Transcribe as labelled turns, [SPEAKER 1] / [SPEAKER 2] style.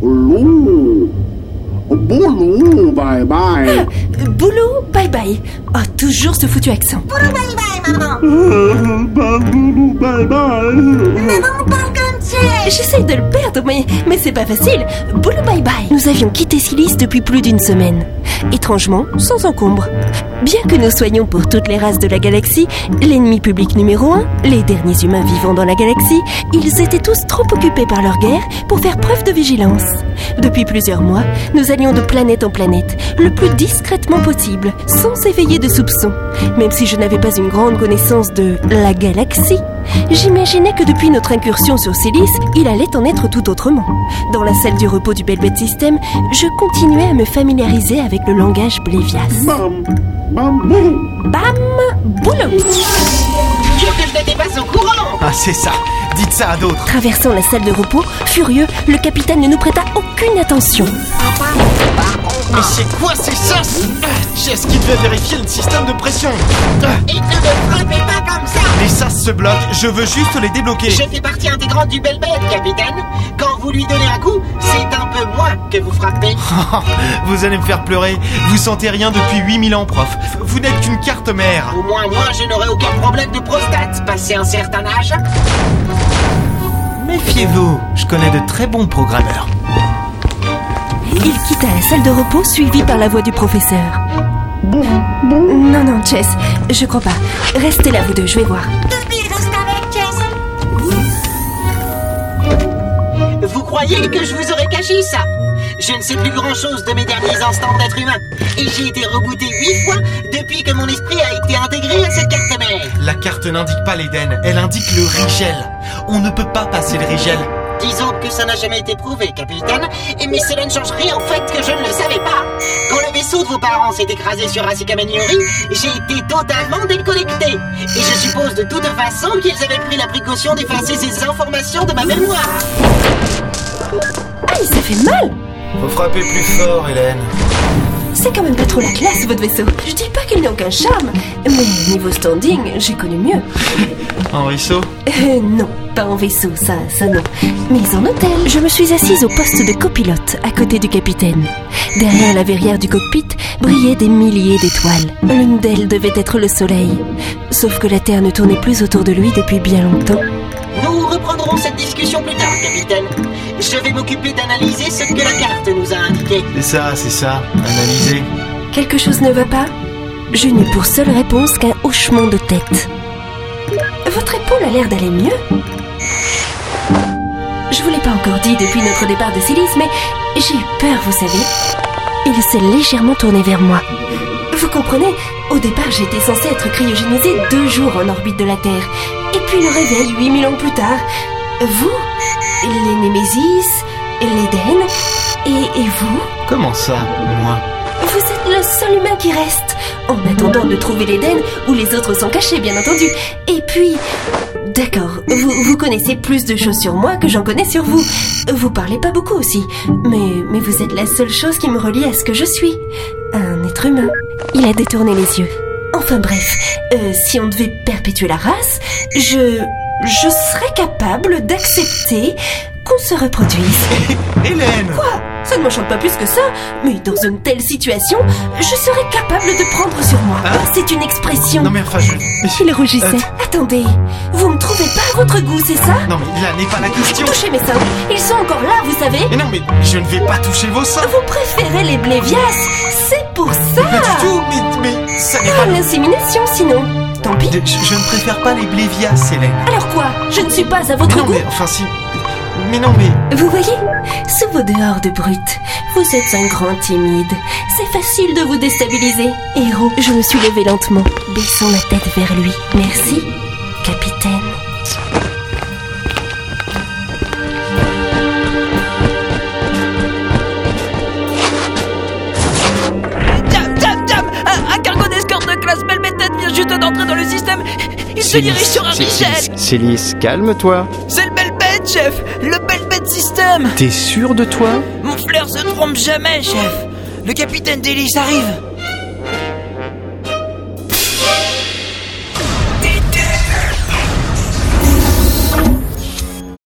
[SPEAKER 1] Boulou. Boulou, bye bye.
[SPEAKER 2] Boulot, bye bye. Oh, toujours ce foutu accent.
[SPEAKER 3] Boulou bye bye, maman.
[SPEAKER 1] Boulou, bye bye.
[SPEAKER 3] Maman, parle comme tu es.
[SPEAKER 2] J'essaie de le perdre, mais, mais c'est pas facile. Boulot, bye bye. Nous avions quitté Silis depuis plus d'une semaine. Étrangement, sans encombre. Bien que nous soyons pour toutes les races de la galaxie, l'ennemi public numéro un, les derniers humains vivant dans la galaxie, ils étaient tous trop occupés par leur guerre pour faire preuve de vigilance. Depuis plusieurs mois, nous allions de planète en planète, le plus discrètement possible, sans éveiller de soupçons. Même si je n'avais pas une grande connaissance de la galaxie, J'imaginais que depuis notre incursion sur Célis, il allait en être tout autrement. Dans la salle du repos du Belbet System, je continuais à me familiariser avec le langage blévias.
[SPEAKER 1] Bam, bam, boulou.
[SPEAKER 2] Bam Boulot
[SPEAKER 4] Je te dépasse au courant
[SPEAKER 5] Ah, c'est ça. Dites ça à d'autres.
[SPEAKER 2] Traversant la salle de repos, furieux, le capitaine ne nous prêta aucune attention.
[SPEAKER 5] Mais c'est quoi ces sas Est-ce qu'il devait vérifier le système de pression Ah,
[SPEAKER 4] Et ne me frappez pas comme ça
[SPEAKER 5] Les sas se bloquent, je veux juste les débloquer.
[SPEAKER 4] Je fais partie intégrante du bel bête, capitaine. Quand vous lui donnez un coup, c'est un peu moi que vous frappez.
[SPEAKER 5] Vous allez me faire pleurer. Vous sentez rien depuis 8000 ans, prof. Vous n'êtes qu'une carte mère.
[SPEAKER 4] Au moins, moi, je n'aurai aucun problème de prostate, passé un certain âge.
[SPEAKER 5] Méfiez-vous, je connais de très bons programmeurs.
[SPEAKER 2] Il quitta la salle de repos suivi par la voix du professeur. Non, non, Chess, je crois pas. Restez là, vous deux, je vais voir.
[SPEAKER 3] Deux billes juste avec Jess.
[SPEAKER 4] Vous croyez que je vous aurais caché ça Je ne sais plus grand-chose de mes derniers instants d'être humain. Et j'ai été rebooté huit fois depuis que mon esprit a été intégré à cette carte mère.
[SPEAKER 5] La carte n'indique pas l'Éden, elle indique le Rigel. On ne peut pas passer le Rigel.
[SPEAKER 4] Disons que ça n'a jamais été prouvé, capitaine. Et mais cela ne change rien au fait que je ne le savais pas. Quand le vaisseau de vos parents s'est écrasé sur Asikamanuri, j'ai été totalement déconnecté. Et je suppose de toute façon qu'ils avaient pris la précaution d'effacer ces informations de ma mémoire.
[SPEAKER 2] Aïe, ça fait mal
[SPEAKER 5] Faut frapper plus fort, Hélène.
[SPEAKER 2] C'est quand même pas trop la classe, votre vaisseau. Je dis pas qu'il n'a aucun charme, mais niveau standing, j'ai connu mieux.
[SPEAKER 5] En ruisseau
[SPEAKER 2] Euh, non, pas en vaisseau, ça, ça non. Mais en hôtel. Je me suis assise au poste de copilote, à côté du capitaine. Derrière la verrière du cockpit brillaient des milliers d'étoiles. L'une d'elles devait être le soleil. Sauf que la Terre ne tournait plus autour de lui depuis bien longtemps.
[SPEAKER 4] Nous reprendrons cette discussion plus tard, capitaine. Je vais m'occuper d'analyser ce que la carte nous a indiqué.
[SPEAKER 5] C'est ça, c'est ça. Analyser.
[SPEAKER 2] Quelque chose ne va pas Je n'eus pour seule réponse qu'un hochement de tête. Votre épaule a l'air d'aller mieux Je vous l'ai pas encore dit depuis notre départ de Célis, mais j'ai eu peur, vous savez. Il s'est légèrement tourné vers moi. Vous comprenez Au départ, j'étais censée être cryogénisée deux jours en orbite de la Terre. Et puis le réveil, 8000 ans plus tard. Vous Les Némésis L'Éden et- et vous
[SPEAKER 5] Comment ça, moi
[SPEAKER 2] vous êtes le seul humain qui reste. En attendant de trouver l'Éden, où les autres sont cachés, bien entendu. Et puis... D'accord, vous, vous connaissez plus de choses sur moi que j'en connais sur vous. Vous parlez pas beaucoup aussi. Mais, mais vous êtes la seule chose qui me relie à ce que je suis. Un être humain. Il a détourné les yeux. Enfin bref, euh, si on devait perpétuer la race, je... Je serais capable d'accepter qu'on se reproduise.
[SPEAKER 5] Hélène
[SPEAKER 2] Ça ne m'enchante pas plus que ça, mais dans une telle situation, je serais capable de prendre sur moi.
[SPEAKER 5] Ah.
[SPEAKER 2] C'est une expression.
[SPEAKER 5] Non mais enfin, je...
[SPEAKER 2] Il rougissait.
[SPEAKER 5] Att-
[SPEAKER 2] Attendez, vous me trouvez pas à votre goût, c'est ça
[SPEAKER 5] Non mais là n'est pas la question.
[SPEAKER 2] Touchez mes seins, ils sont encore là, vous savez
[SPEAKER 5] Mais non mais je ne vais pas toucher vos seins.
[SPEAKER 2] Vous préférez les blévias, c'est pour
[SPEAKER 5] Pas du
[SPEAKER 2] ça
[SPEAKER 5] tout, mais, mais ça n'est
[SPEAKER 2] Ah,
[SPEAKER 5] pas...
[SPEAKER 2] l'insémination sinon. Ah, Tant pis.
[SPEAKER 5] Je, je ne préfère pas les blévias, Hélène.
[SPEAKER 2] Alors quoi Je ne suis pas à
[SPEAKER 5] Mais
[SPEAKER 2] votre
[SPEAKER 5] non
[SPEAKER 2] goût
[SPEAKER 5] mais enfin si... Mais non mais...
[SPEAKER 2] Vous voyez Sous vos dehors de brute, vous êtes un grand timide. C'est facile de vous déstabiliser. Héros, je me suis levée lentement, baissant la tête vers lui. Merci, capitaine.
[SPEAKER 6] Jam, jam, jam Un, un cargo d'escorte de classe Belmettet vient juste d'entrer dans le système. Il se dirige sur un Richel.
[SPEAKER 7] Célis, calme-toi.
[SPEAKER 6] C'est le Belbet, chef. Le Belbet système.
[SPEAKER 7] T'es sûr de toi
[SPEAKER 6] Mon flair se trompe jamais, chef. Le capitaine d'Hélice arrive.